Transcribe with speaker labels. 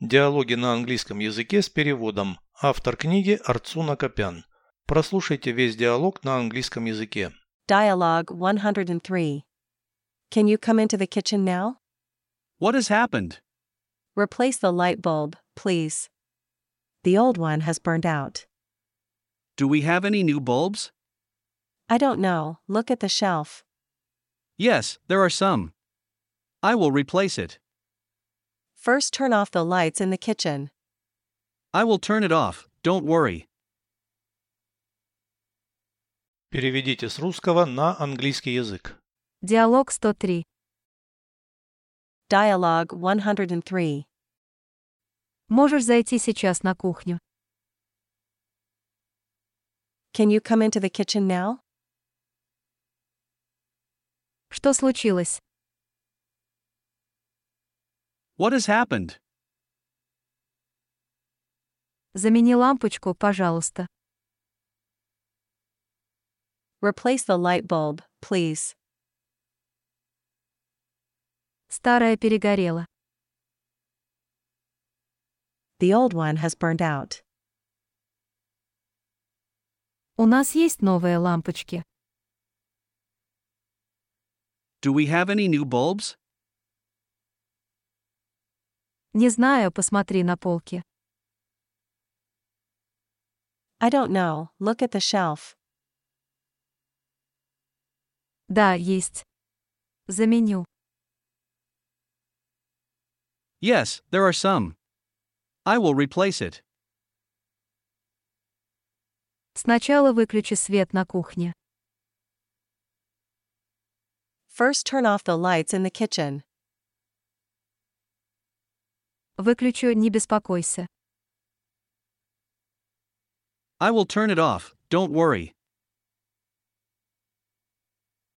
Speaker 1: Диалоги на английском языке с переводом. Автор книги Арцуна Копян. Прослушайте весь диалог на английском языке.
Speaker 2: Dialogue 103. Can you come into the kitchen now?
Speaker 3: What has happened?
Speaker 2: Replace the light bulb, please. The old one has burned out.
Speaker 3: Do we have any new bulbs?
Speaker 2: I don't know, look at the shelf.
Speaker 3: Yes, there are some. I will replace it.
Speaker 2: First, turn off the lights in the kitchen.
Speaker 3: I will turn it off, don't worry.
Speaker 1: Переведите с русского на английский язык.
Speaker 4: Диалог 103.
Speaker 2: Dialogue 103.
Speaker 4: Можешь зайти сейчас на кухню.
Speaker 2: Can you come into the kitchen now?
Speaker 4: Что случилось?
Speaker 3: What has happened?
Speaker 4: Замени лампочку, пожалуйста.
Speaker 2: Replace the light bulb, please.
Speaker 4: Старая перегорела.
Speaker 2: The old one has burned out.
Speaker 4: У нас есть новые лампочки.
Speaker 3: Do we have any new bulbs?
Speaker 4: Не знаю, посмотри на полке.
Speaker 2: I don't know, look at the shelf.
Speaker 4: Да, есть. Заменю.
Speaker 3: Yes, there are some. I will replace it.
Speaker 4: Сначала выключи свет на кухне.
Speaker 2: First, turn off the lights in the kitchen.
Speaker 4: Выключу, не беспокойся.
Speaker 3: I will turn it off, don't worry.